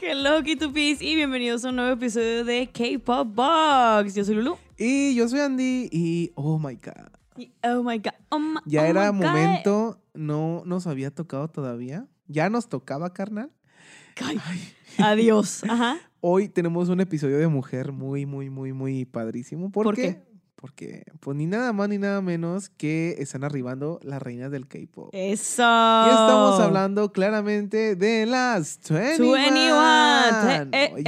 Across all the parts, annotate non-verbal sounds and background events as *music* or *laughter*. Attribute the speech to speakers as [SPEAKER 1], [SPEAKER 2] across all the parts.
[SPEAKER 1] Hello, Kitupis, y bienvenidos a un nuevo episodio de K-Pop Box. Yo soy Lulu.
[SPEAKER 2] Y yo soy Andy y oh my god.
[SPEAKER 1] Y, oh my god, oh my-
[SPEAKER 2] Ya
[SPEAKER 1] oh my
[SPEAKER 2] era
[SPEAKER 1] God.
[SPEAKER 2] momento, no nos había tocado todavía. Ya nos tocaba, carnal.
[SPEAKER 1] Ay, adiós. *laughs* Ajá.
[SPEAKER 2] Hoy tenemos un episodio de mujer muy, muy, muy, muy padrísimo. ¿Por,
[SPEAKER 1] ¿Por
[SPEAKER 2] qué? Porque, pues ni nada más ni nada menos que están arribando las reinas del K-pop. Y
[SPEAKER 1] Eso.
[SPEAKER 2] estamos hablando claramente de las 21.
[SPEAKER 1] 21. Eh, eh,
[SPEAKER 2] Oye,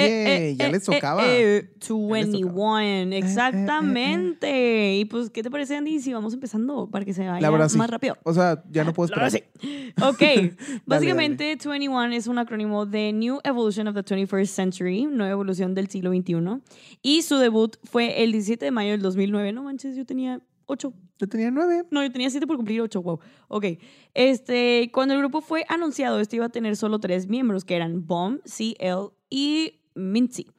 [SPEAKER 1] eh,
[SPEAKER 2] ya
[SPEAKER 1] eh,
[SPEAKER 2] les
[SPEAKER 1] eh,
[SPEAKER 2] tocaba.
[SPEAKER 1] eh,
[SPEAKER 2] les tocaba. Eh,
[SPEAKER 1] 21, exactamente. Y pues, ¿qué te parece, Andy? Si vamos empezando para que se vaya
[SPEAKER 2] verdad, sí.
[SPEAKER 1] más rápido.
[SPEAKER 2] O sea, ya no puedo
[SPEAKER 1] La verdad,
[SPEAKER 2] esperar.
[SPEAKER 1] sí.
[SPEAKER 2] *laughs*
[SPEAKER 1] Ok, básicamente 21 es un acrónimo de New Evolution of the 21st Century, Nueva Evolución del Siglo XXI, y su debut fue el 17 de mayo del 2009. No manches, yo tenía 8.
[SPEAKER 2] Yo tenía nueve.
[SPEAKER 1] No, yo tenía 7 por cumplir 8, wow. Ok, este, cuando el grupo fue anunciado, este iba a tener solo tres miembros, que eran Bomb, CL y Minzy.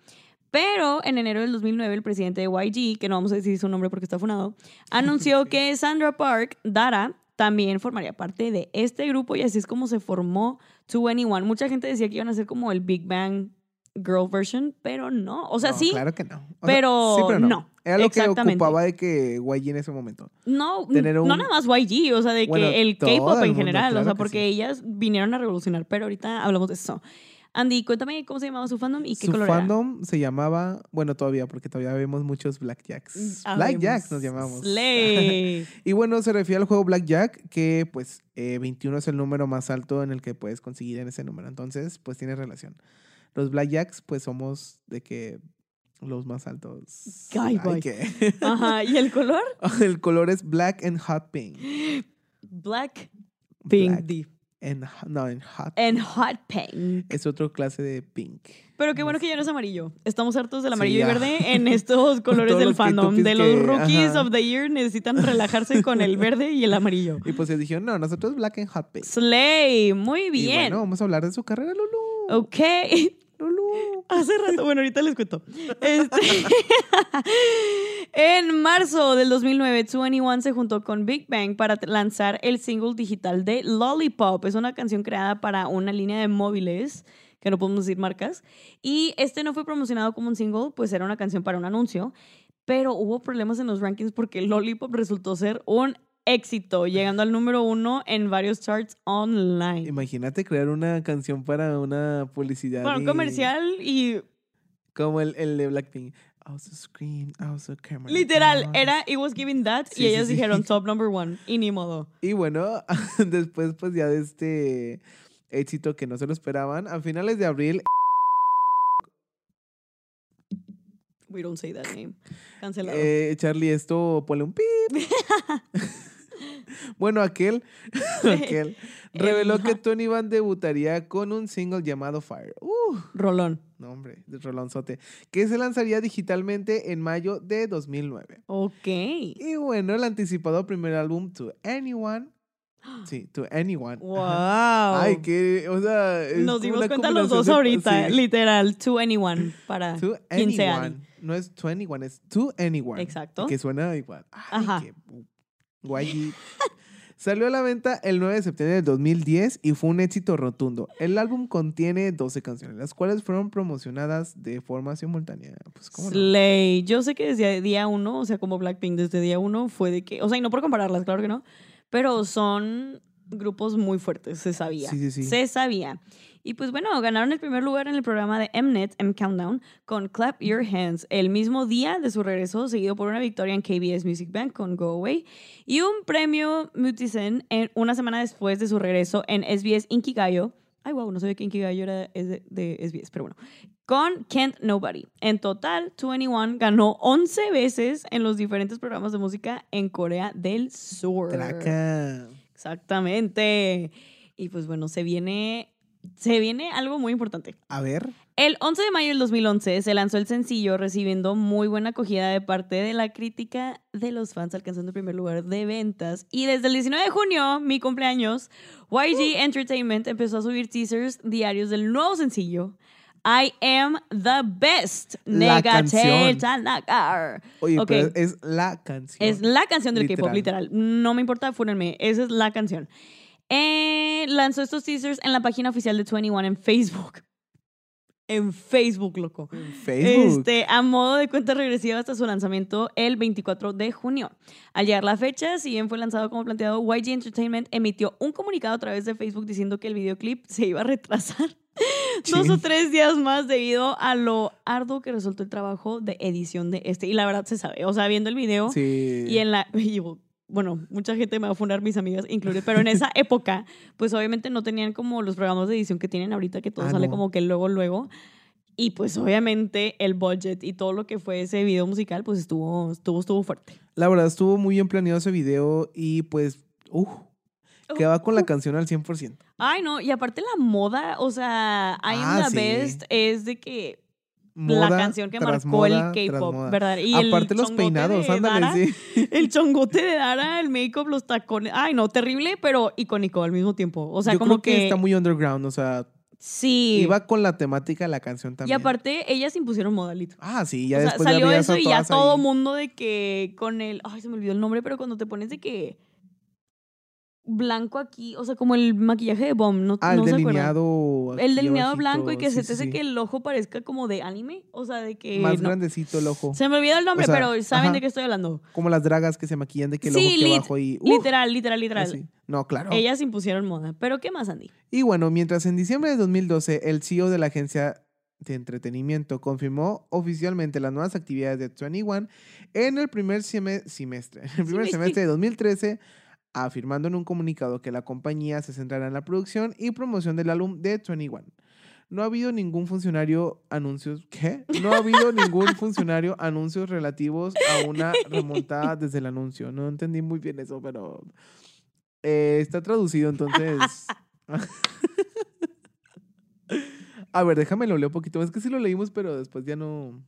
[SPEAKER 1] Pero en enero del 2009, el presidente de YG, que no vamos a decir su nombre porque está
[SPEAKER 2] *laughs*
[SPEAKER 1] funado, anunció que Sandra Park, Dara, también formaría parte de este grupo y así es como se formó 2NE1. Mucha gente decía que iban a ser como el Big Bang Girl version, pero no. O sea,
[SPEAKER 2] No,
[SPEAKER 1] sí,
[SPEAKER 2] Claro que no. O sea,
[SPEAKER 1] pero
[SPEAKER 2] sí, pero no.
[SPEAKER 1] no,
[SPEAKER 2] Era lo que
[SPEAKER 1] exactamente.
[SPEAKER 2] ocupaba de que YG en ese momento.
[SPEAKER 1] no,
[SPEAKER 2] tener
[SPEAKER 1] no
[SPEAKER 2] un-
[SPEAKER 1] nada más YG, o sea, de
[SPEAKER 2] Bueno,
[SPEAKER 1] que el
[SPEAKER 2] todo el
[SPEAKER 1] K-pop en
[SPEAKER 2] mundo,
[SPEAKER 1] general, o
[SPEAKER 2] claro
[SPEAKER 1] sea,
[SPEAKER 2] que
[SPEAKER 1] porque
[SPEAKER 2] sí.
[SPEAKER 1] ellas vinieron a revolucionar, pero ahorita hablamos de eso. Andy, cuéntame cómo se llamaba su fandom y qué
[SPEAKER 2] Su
[SPEAKER 1] color
[SPEAKER 2] fandom se llamaba, bueno, todavía, porque todavía vemos muchos Blackjacks.
[SPEAKER 1] era.
[SPEAKER 2] Blackjacks nos llamamos.
[SPEAKER 1] Hablemos. Mm,
[SPEAKER 2] *laughs*
[SPEAKER 1] Slay.
[SPEAKER 2] Y bueno, se refiere al juego Blackjack, que pues eh, 21 es el número más alto en el que puedes conseguir en ese número. Entonces, pues tiene relación. Los Blackjacks, pues somos de que los más altos.
[SPEAKER 1] Ay, güey.
[SPEAKER 2] que-
[SPEAKER 1] Ajá, ¿y el color?
[SPEAKER 2] *laughs* el color es black and hot pink.
[SPEAKER 1] Black, *gasps* pink, Eh.
[SPEAKER 2] Black
[SPEAKER 1] deep,
[SPEAKER 2] and ho- no, and hot.
[SPEAKER 1] and hot pink.
[SPEAKER 2] Es otro clase de pink.
[SPEAKER 1] Pero qué bueno que ya no es amarillo. Estamos hartos del
[SPEAKER 2] Sí,
[SPEAKER 1] amarillo y
[SPEAKER 2] ya.
[SPEAKER 1] verde
[SPEAKER 2] *laughs*
[SPEAKER 1] en estos colores
[SPEAKER 2] Todos
[SPEAKER 1] del
[SPEAKER 2] los que tú
[SPEAKER 1] fandom. De los
[SPEAKER 2] piensas que-
[SPEAKER 1] rookies
[SPEAKER 2] ajá.
[SPEAKER 1] of the year necesitan relajarse con el verde y el
[SPEAKER 2] *laughs*
[SPEAKER 1] amarillo.
[SPEAKER 2] Y pues ellos dijeron, no, nosotros Black and Hot Pink.
[SPEAKER 1] Slay, muy
[SPEAKER 2] Y
[SPEAKER 1] bien. Oh.
[SPEAKER 2] bueno, vamos a hablar de su carrera, Lulu.
[SPEAKER 1] Ok.
[SPEAKER 2] Lulu.
[SPEAKER 1] Hace rato, bueno, ahorita les cuento. Este- *laughs* en marzo del 2009, 21 se juntó con Big Bang para t- lanzar el single digital de Lollipop. Es una canción creada para una línea de móviles, que no podemos decir marcas. Y este no fue promocionado como un single, pues era una canción para un anuncio. Pero hubo problemas en los rankings porque Lollipop resultó ser un éxito, llegando al número uno en varios charts online.
[SPEAKER 2] Imagínate crear una canción para una publicidad.
[SPEAKER 1] Bueno,
[SPEAKER 2] y-
[SPEAKER 1] un comercial y
[SPEAKER 2] Como el, el de Blackpink. I was a scream, I was a camera.
[SPEAKER 1] Literal,
[SPEAKER 2] on.
[SPEAKER 1] era It Was Giving That
[SPEAKER 2] Sí,
[SPEAKER 1] y
[SPEAKER 2] sí,
[SPEAKER 1] ellas
[SPEAKER 2] sí.
[SPEAKER 1] dijeron top number one y ni modo.
[SPEAKER 2] Y bueno, *laughs* después pues ya de este éxito que no se lo esperaban, a finales de abril
[SPEAKER 1] We don't say that name. Cancelado.
[SPEAKER 2] Eh, Charlie, esto ponle un pip.
[SPEAKER 1] *laughs*
[SPEAKER 2] bueno, aquel, aquel reveló que Tony Van debutaría con un single llamado Fire. Uh,
[SPEAKER 1] *laughs* Rolón.
[SPEAKER 2] no, hombre, rolonzote. Que se lanzaría digitalmente en mayo de 2009.
[SPEAKER 1] Ok.
[SPEAKER 2] Y bueno, el anticipado primer álbum, To Anyone. Sí, To Anyone.
[SPEAKER 1] Wow.
[SPEAKER 2] ajá. Ay, que, o sea, es
[SPEAKER 1] Nos
[SPEAKER 2] como
[SPEAKER 1] dimos
[SPEAKER 2] una
[SPEAKER 1] cuenta los dos
[SPEAKER 2] combinación de-
[SPEAKER 1] ahorita,
[SPEAKER 2] sí.
[SPEAKER 1] literal. To anyone para
[SPEAKER 2] To
[SPEAKER 1] 15 Ah, años.
[SPEAKER 2] anyone. No es to anyone, es to anyone.
[SPEAKER 1] Exacto.
[SPEAKER 2] Que suena igual. Ay,
[SPEAKER 1] Ajá.
[SPEAKER 2] qué bu- guay. Salió a la venta el 9 de septiembre del 2010 y fue un éxito rotundo. El álbum contiene 12 canciones, las cuales fueron promocionadas de forma simultánea. Pues, ¿cómo no?
[SPEAKER 1] Slay. Yo sé que desde día uno, o sea, como Blackpink desde día uno fue de que, o sea, y no por compararlas, claro que no, pero son grupos muy fuertes, se sabía.
[SPEAKER 2] Sí, sí, sí.
[SPEAKER 1] Se sabía. Y pues bueno, ganaron el primer lugar en el programa de Mnet, M Countdown, con Clap Your Hands, el mismo día de su regreso, seguido por una victoria en KBS Music Bank con Go Away y un premio Mutisen en una semana después de su regreso en SBS Inkigayo. Ay, wow, no sabía que Inkigayo era es de, de SBS, pero bueno. Con Can't Nobody. En total, 21 ganó 11 veces en los diferentes programas de música en Corea del Sur.
[SPEAKER 2] Traca.
[SPEAKER 1] Exactamente. Y pues bueno, se viene, se viene algo muy importante.
[SPEAKER 2] A ver.
[SPEAKER 1] El 11 de mayo del 2011 se lanzó el sencillo recibiendo muy buena acogida de parte de la crítica de los fans alcanzando el primer lugar de ventas. Y desde el 19 de junio, mi cumpleaños, YG
[SPEAKER 2] Uh.
[SPEAKER 1] Entertainment empezó a subir teasers diarios del nuevo sencillo. I am the best.
[SPEAKER 2] La
[SPEAKER 1] Nega
[SPEAKER 2] canción.
[SPEAKER 1] Tanaka.
[SPEAKER 2] Oye,
[SPEAKER 1] Ok.
[SPEAKER 2] pero es la canción.
[SPEAKER 1] Es la canción del K-pop,
[SPEAKER 2] Literal.
[SPEAKER 1] literal. No me importa, fúrenme. Esa es la canción. Eh, lanzó estos teasers en la página oficial de 21 en Facebook. en Facebook, loco.
[SPEAKER 2] En Facebook.
[SPEAKER 1] Este, a modo de cuenta regresiva hasta su lanzamiento el 24 de junio. Al llegar la fecha, si bien fue lanzado como planteado, YG Entertainment emitió un comunicado a través de Facebook diciendo que el videoclip se iba a retrasar *laughs* dos
[SPEAKER 2] Sí.
[SPEAKER 1] o tres días más debido a lo arduo que resultó el trabajo de edición de este. Y la verdad se sabe, o sea, viendo el video
[SPEAKER 2] Sí.
[SPEAKER 1] y en la... *laughs* y, bueno, mucha gente me va a funar, mis amigas incluye, pero en
[SPEAKER 2] *laughs*
[SPEAKER 1] esa época, pues obviamente no tenían como los programas de edición que tienen ahorita, que todo
[SPEAKER 2] Ah,
[SPEAKER 1] sale
[SPEAKER 2] no.
[SPEAKER 1] como que luego, luego. Y pues obviamente el budget y todo lo que fue ese video musical, pues estuvo, estuvo, estuvo fuerte.
[SPEAKER 2] La verdad, estuvo muy bien planeado ese video y pues, uff,
[SPEAKER 1] Uh,
[SPEAKER 2] que va con la canción al 100%.
[SPEAKER 1] Ay, no, y aparte la moda, o sea, I am
[SPEAKER 2] Ah,
[SPEAKER 1] the
[SPEAKER 2] sí.
[SPEAKER 1] best es de que
[SPEAKER 2] Moda
[SPEAKER 1] la canción que
[SPEAKER 2] tras
[SPEAKER 1] marcó
[SPEAKER 2] moda
[SPEAKER 1] el
[SPEAKER 2] tras moda.
[SPEAKER 1] K-pop, ¿verdad? Y el
[SPEAKER 2] Aparte los
[SPEAKER 1] chongote
[SPEAKER 2] peinados,
[SPEAKER 1] de Dara,
[SPEAKER 2] ándale, sí. *laughs*
[SPEAKER 1] El chongote de Dara, el make-up, los tacones. Ay, no, terrible, pero icónico al mismo tiempo. O sea,
[SPEAKER 2] Yo
[SPEAKER 1] como
[SPEAKER 2] creo que, está muy underground, o sea,
[SPEAKER 1] Sí.
[SPEAKER 2] iba con la temática de la canción
[SPEAKER 1] y
[SPEAKER 2] también.
[SPEAKER 1] aparte, ellas impusieron modalito.
[SPEAKER 2] Ah, sí, ya
[SPEAKER 1] o sea,
[SPEAKER 2] después ya
[SPEAKER 1] salió
[SPEAKER 2] veías
[SPEAKER 1] eso
[SPEAKER 2] a
[SPEAKER 1] y ya
[SPEAKER 2] todas
[SPEAKER 1] todo
[SPEAKER 2] ahí.
[SPEAKER 1] mundo de que con el. Ay, se me olvidó el nombre, pero cuando te pones de que. Blanco aquí, o sea, como el maquillaje de Bomb, ¿no,
[SPEAKER 2] Ah, el
[SPEAKER 1] no se acuerdan?
[SPEAKER 2] delineado.
[SPEAKER 1] El
[SPEAKER 2] aquí
[SPEAKER 1] delineado
[SPEAKER 2] abajito,
[SPEAKER 1] blanco y que
[SPEAKER 2] sí,
[SPEAKER 1] se
[SPEAKER 2] sí,
[SPEAKER 1] te hace
[SPEAKER 2] sí.
[SPEAKER 1] que el ojo parezca como de anime. O sea, de que.
[SPEAKER 2] Más
[SPEAKER 1] no.
[SPEAKER 2] grandecito el ojo.
[SPEAKER 1] Se me olvidó el nombre,
[SPEAKER 2] sea,
[SPEAKER 1] pero saben
[SPEAKER 2] ajá.
[SPEAKER 1] de qué estoy hablando.
[SPEAKER 2] Como las dragas que se maquillan de que el
[SPEAKER 1] Sí,
[SPEAKER 2] ojo aquí
[SPEAKER 1] lit-
[SPEAKER 2] abajo y. ¡uf!
[SPEAKER 1] literal, literal, literal.
[SPEAKER 2] Así. No, claro.
[SPEAKER 1] Ellas impusieron moda. Pero ¿qué más, Andy? *laughs*
[SPEAKER 2] Y bueno, mientras en diciembre de 2012 el CEO de la agencia de entretenimiento confirmó oficialmente las nuevas actividades de 21 en el primer seme- semestre, *laughs* en el primer
[SPEAKER 1] Semestre.
[SPEAKER 2] semestre de 2013, afirmando en un comunicado que la compañía se centrará en la producción y promoción del álbum de 21. No ha habido ningún funcionario anuncios ¿qué? No ha habido ningún funcionario anuncios relativos a una remontada desde el anuncio. No entendí muy bien eso, pero eh, está traducido entonces. A ver, déjame lo leo un poquito. Es que sí lo leímos, pero después ya no.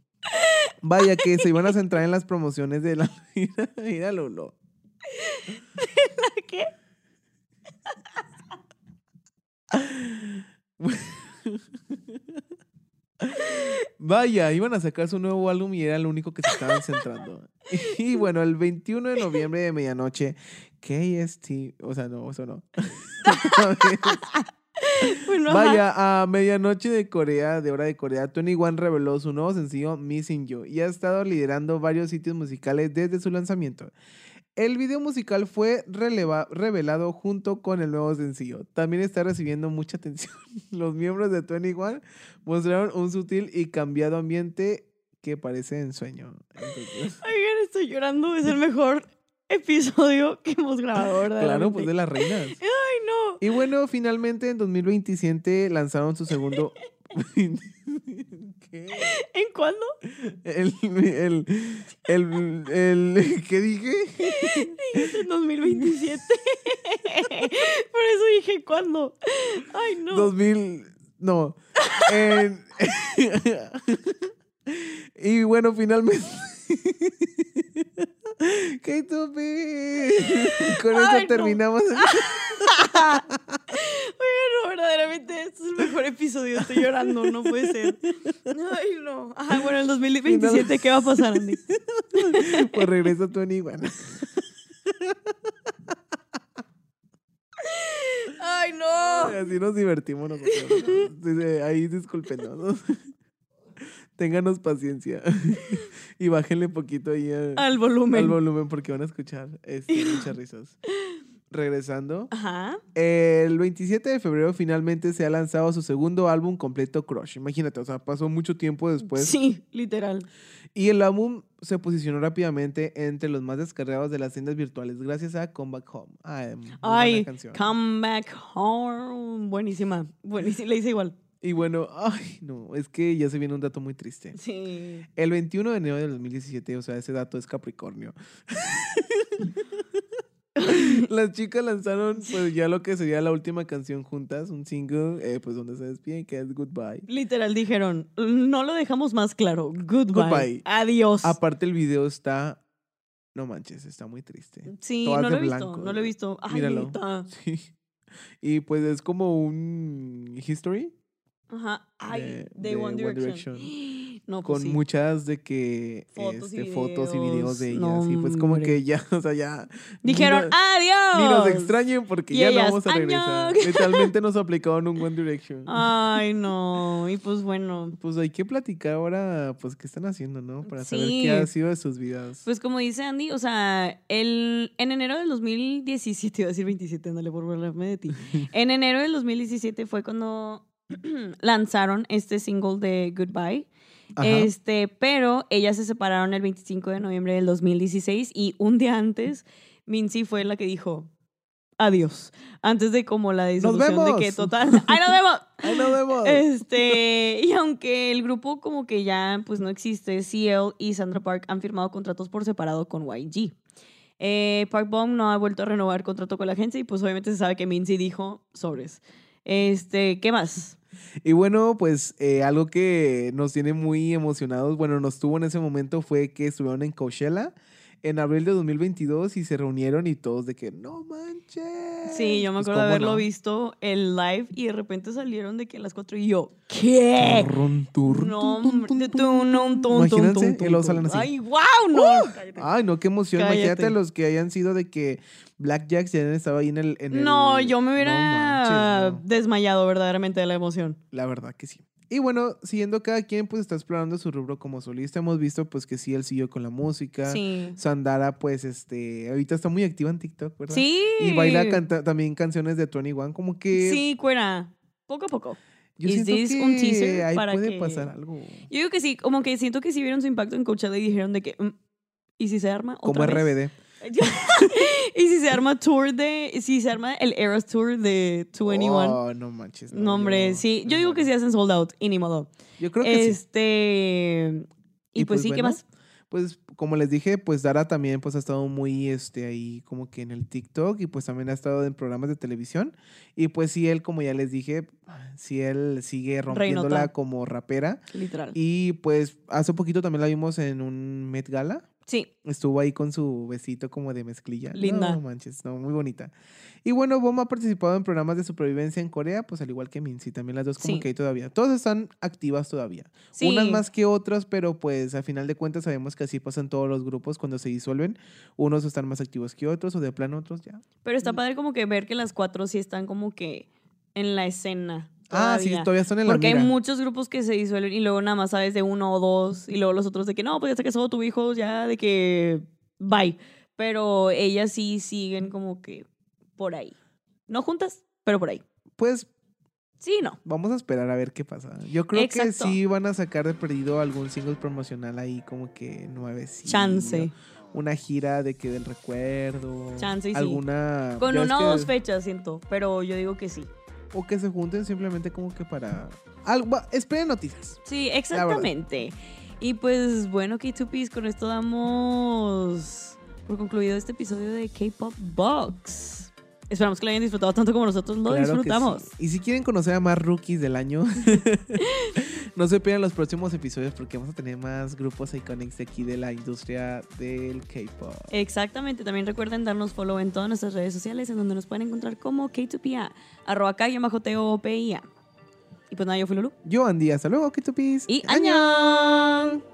[SPEAKER 2] Vaya, que se iban a centrar en las promociones de la. *laughs* Mira, mira, Lolo.
[SPEAKER 1] ¿Qué?
[SPEAKER 2] Vaya, iban a sacar su nuevo álbum y era lo único que se estaban centrando. *laughs* Y bueno, el 21 de noviembre de medianoche, KST. O sea, no, eso no. *laughs*
[SPEAKER 1] Bueno, *laughs* ajá.
[SPEAKER 2] Vaya, a medianoche de Corea, de hora de Corea, 21 reveló su nuevo sencillo Missing You y ha estado liderando varios sitios musicales desde su lanzamiento. El video musical fue releva- revelado junto con el nuevo sencillo. También está recibiendo mucha atención. *laughs* Los miembros de 21 mostraron un sutil y cambiado ambiente que parece ensueño. pues, Entonces,
[SPEAKER 1] Oigan, estoy llorando. Es el mejor episodio que hemos grabado, ¿verdad?
[SPEAKER 2] *laughs* claro, pues de las reinas.
[SPEAKER 1] Ay, no.
[SPEAKER 2] Y bueno, finalmente en 2027 lanzaron su segundo... *laughs* ¿Qué?
[SPEAKER 1] ¿En cuándo?
[SPEAKER 2] El, el, el, el- ¿qué dije?
[SPEAKER 1] Dijiste en 2027. *laughs* Por eso dije, ¿cuándo? Ay, no.
[SPEAKER 2] 2000, no. En- *laughs* y bueno, finalmente. *laughs* ¡Qué tupi! Con
[SPEAKER 1] Ay,
[SPEAKER 2] eso
[SPEAKER 1] no. *laughs*
[SPEAKER 2] terminamos.
[SPEAKER 1] Oigan, no, verdaderamente, este es el mejor episodio. Estoy llorando, no puede ser. Ay, no. Ajá, bueno, el 2027, ¿qué va a pasar, Andy?
[SPEAKER 2] Pues regresa Tony igual.
[SPEAKER 1] Ay, no.
[SPEAKER 2] Así nos divertimos nosotros. Dice, Ahí discúlpenos. *laughs* Ténganos paciencia. *laughs* Y bájenle poquito ahí a-
[SPEAKER 1] Al volumen.
[SPEAKER 2] al volumen porque van a escuchar
[SPEAKER 1] *laughs*
[SPEAKER 2] este, muchas risas. Regresando,
[SPEAKER 1] Ajá.
[SPEAKER 2] el 27 de febrero finalmente se ha lanzado su segundo álbum completo, Crush. Imagínate, o sea, pasó mucho tiempo después.
[SPEAKER 1] sí, literal.
[SPEAKER 2] Y el álbum se posicionó rápidamente entre los más descargados de las tiendas virtuales gracias a Come Back Home. Ay, muy buena
[SPEAKER 1] Ay,
[SPEAKER 2] canción.
[SPEAKER 1] Come Back Home. Buenísima. Buenísima. Le hice igual.
[SPEAKER 2] Y bueno, ay, no, es que ya se viene un dato muy triste.
[SPEAKER 1] Sí.
[SPEAKER 2] El 21 de enero del 2017, o sea, ese dato
[SPEAKER 1] *laughs*
[SPEAKER 2] es Capricornio. Las chicas lanzaron pues ya lo que sería la última canción juntas, un single, eh, pues donde se despiden, que es Goodbye.
[SPEAKER 1] Literal dijeron, no lo dejamos más claro. Goodbye.
[SPEAKER 2] Goodbye. Ah,
[SPEAKER 1] Adiós.
[SPEAKER 2] Aparte el video está, no manches, está muy triste.
[SPEAKER 1] sí,
[SPEAKER 2] todas
[SPEAKER 1] no
[SPEAKER 2] pues, de
[SPEAKER 1] lo he visto.
[SPEAKER 2] blanco.
[SPEAKER 1] No lo he visto. Ay, Mm.
[SPEAKER 2] *laughs* Míralo.
[SPEAKER 1] neta.
[SPEAKER 2] Sí. Y pues es como un history
[SPEAKER 1] Ajá. Ay, de,
[SPEAKER 2] de-
[SPEAKER 1] de
[SPEAKER 2] de
[SPEAKER 1] One,
[SPEAKER 2] One
[SPEAKER 1] Direction. *gasps* No, pues
[SPEAKER 2] con
[SPEAKER 1] sí.
[SPEAKER 2] muchas de que
[SPEAKER 1] Fotos y
[SPEAKER 2] este, fotos y
[SPEAKER 1] videos.
[SPEAKER 2] videos de ellas
[SPEAKER 1] No,
[SPEAKER 2] y pues como
[SPEAKER 1] hombre.
[SPEAKER 2] que ya *laughs* o sea ya
[SPEAKER 1] Dijeron,
[SPEAKER 2] ni,
[SPEAKER 1] ¡adiós!
[SPEAKER 2] no- ni nos extrañen porque
[SPEAKER 1] Y
[SPEAKER 2] ya no
[SPEAKER 1] ellas,
[SPEAKER 2] vamos a
[SPEAKER 1] *laughs*
[SPEAKER 2] regresar
[SPEAKER 1] "Annyeong".
[SPEAKER 2] literalmente nos aplicaron un One Direction
[SPEAKER 1] Ah. Ay, no. Y pues bueno.
[SPEAKER 2] pues hay que platicar ahora pues qué están haciendo no para saber
[SPEAKER 1] Sí.
[SPEAKER 2] qué ha sido de sus vidas
[SPEAKER 1] Pues como dice Andy, o sea, el, en enero del 2017, iba a decir 27, ándale por burlarme de
[SPEAKER 2] *laughs*
[SPEAKER 1] ti. En enero del 2017 fue cuando *clears throat* lanzaron este single de Goodbye.
[SPEAKER 2] Ajá.
[SPEAKER 1] Este, pero ellas se separaron el 25 de noviembre del 2016 y un día antes Minzy fue la que dijo adiós, antes de como la disolución de
[SPEAKER 2] vemos!
[SPEAKER 1] que total, ay nos
[SPEAKER 2] *laughs*
[SPEAKER 1] vemos.
[SPEAKER 2] ahí nos vemos
[SPEAKER 1] Este, y aunque el grupo como que ya pues no existe, CL y Sandra Park han firmado contratos por separado con YG. Eh, Park Bong no ha vuelto a renovar contrato con la agencia y pues obviamente se sabe que Minzy dijo sobres. Este, ¿qué más?
[SPEAKER 2] Y bueno, pues eh, algo que nos tiene muy emocionados, bueno, nos tuvo en ese momento fue que estuvieron en Coachella en abril de 2022 y se reunieron y todos de que no manches.
[SPEAKER 1] Sí, yo me
[SPEAKER 2] Pues,
[SPEAKER 1] acuerdo de
[SPEAKER 2] ¿cómo
[SPEAKER 1] haberlo
[SPEAKER 2] no?
[SPEAKER 1] visto el live y de repente salieron de que a las 4 y yo, ¿qué?
[SPEAKER 2] Turrun, turrun,
[SPEAKER 1] No,
[SPEAKER 2] tun, tun,
[SPEAKER 1] hombre,
[SPEAKER 2] tun,
[SPEAKER 1] tú,
[SPEAKER 2] tun.
[SPEAKER 1] no, un ton, ton,
[SPEAKER 2] Imagínense,
[SPEAKER 1] ton, ton,
[SPEAKER 2] y luego
[SPEAKER 1] ton.
[SPEAKER 2] salen así. ¡Uh!
[SPEAKER 1] Ay, wow, no. Cállate.
[SPEAKER 2] Ay, no, qué emoción.
[SPEAKER 1] Cállate.
[SPEAKER 2] Imagínate los que hayan sido de que Black Jack ya estaba ahí en el. en el-
[SPEAKER 1] no, yo me
[SPEAKER 2] No
[SPEAKER 1] hubiera
[SPEAKER 2] manches, no.
[SPEAKER 1] desmayado verdaderamente de la emoción.
[SPEAKER 2] La verdad que sí. Y bueno, siguiendo cada quien, pues está explorando su rubro como solista. Hemos visto, pues que sí, él siguió con la música.
[SPEAKER 1] Sí.
[SPEAKER 2] Sandara, pues, este, ahorita está muy activa en TikTok, ¿verdad?
[SPEAKER 1] Sí.
[SPEAKER 2] Y baila canta también canciones de Tony One, como que
[SPEAKER 1] Sí, cuera. Poco a poco.
[SPEAKER 2] yo
[SPEAKER 1] Is
[SPEAKER 2] siento
[SPEAKER 1] this
[SPEAKER 2] que
[SPEAKER 1] un teaser
[SPEAKER 2] ahí
[SPEAKER 1] para
[SPEAKER 2] puede
[SPEAKER 1] que-
[SPEAKER 2] pasar algo.
[SPEAKER 1] Yo digo que sí, como que siento que sí vieron su impacto en Coachella y dijeron de que. mm, ¿Y si se arma?
[SPEAKER 2] Como
[SPEAKER 1] otra vez? *laughs*
[SPEAKER 2] RBD.
[SPEAKER 1] y si se arma tour de. Si se arma el Eras Tour de 21.
[SPEAKER 2] Oh, no manches.
[SPEAKER 1] no, hombre, sí. Yo
[SPEAKER 2] me
[SPEAKER 1] digo que sí
[SPEAKER 2] muero.
[SPEAKER 1] hacen sold out, y ni modo.
[SPEAKER 2] Yo creo que sí.
[SPEAKER 1] este. Y,
[SPEAKER 2] Y
[SPEAKER 1] pues,
[SPEAKER 2] pues
[SPEAKER 1] sí, ¿qué
[SPEAKER 2] bueno,
[SPEAKER 1] más?
[SPEAKER 2] Pues como les dije, pues Dara también pues ha estado muy este ahí como que en el TikTok y pues también ha estado en programas de televisión y pues sí él como ya les dije, sí él sigue rompiéndola como rapera
[SPEAKER 1] Literal.
[SPEAKER 2] y pues hace poquito también la vimos en un Met Gala.
[SPEAKER 1] sí.
[SPEAKER 2] Estuvo ahí con su besito como de mezclilla.
[SPEAKER 1] Linda.
[SPEAKER 2] No manches, no, muy bonita. Y bueno, Bom ha participado en programas de supervivencia en Corea, pues al igual que Minzy, también las dos como
[SPEAKER 1] Sí.
[SPEAKER 2] que ahí todavía. Todas están activas todavía.
[SPEAKER 1] Sí.
[SPEAKER 2] Unas más que otras, pero pues a final de cuentas sabemos que así pasan todos los grupos cuando se disuelven. Unos están más activos que otros o de plano otros ya.
[SPEAKER 1] Pero está padre como que ver que las cuatro sí están como que en la escena.
[SPEAKER 2] Ah, sí,
[SPEAKER 1] todavía.
[SPEAKER 2] todavía están en
[SPEAKER 1] Porque
[SPEAKER 2] la
[SPEAKER 1] hay
[SPEAKER 2] mira.
[SPEAKER 1] muchos grupos que se disuelven y luego nada más sabes de uno o dos y luego los otros de que no, pues ya se casó tu hijo, ya de que bye. Pero ellas sí siguen como que por ahí. No juntas, pero por ahí.
[SPEAKER 2] Pues
[SPEAKER 1] Sí, no.
[SPEAKER 2] vamos a esperar a ver qué pasa. Yo creo que
[SPEAKER 1] Exacto.
[SPEAKER 2] sí van a sacar de perdido algún single promocional ahí como que nueve.
[SPEAKER 1] Chance.
[SPEAKER 2] una gira de que del recuerdo.
[SPEAKER 1] Chance y sí.
[SPEAKER 2] alguna.
[SPEAKER 1] Con
[SPEAKER 2] ya ves
[SPEAKER 1] una o
[SPEAKER 2] que-
[SPEAKER 1] dos fechas, siento. Pero yo digo que sí.
[SPEAKER 2] O que se junten simplemente como que para. Algo, va- esperen noticias.
[SPEAKER 1] Sí, exactamente. Y pues bueno, K2Ps, con esto damos por concluido este episodio de K-Pop Box. Esperamos que lo hayan disfrutado tanto como nosotros lo
[SPEAKER 2] Claro que
[SPEAKER 1] disfrutamos.
[SPEAKER 2] sí. Y si quieren conocer a más rookies del año, *laughs* no se pierdan los próximos episodios porque vamos a tener más grupos iconics de aquí de la industria del K-pop.
[SPEAKER 1] Exactamente, también recuerden darnos follow en todas nuestras redes sociales en donde nos pueden encontrar como K2PA, arroba k Y pues nada, yo fui Lulu.
[SPEAKER 2] Yo, Andy, hasta luego, K-pop.
[SPEAKER 1] Y ¡Añón!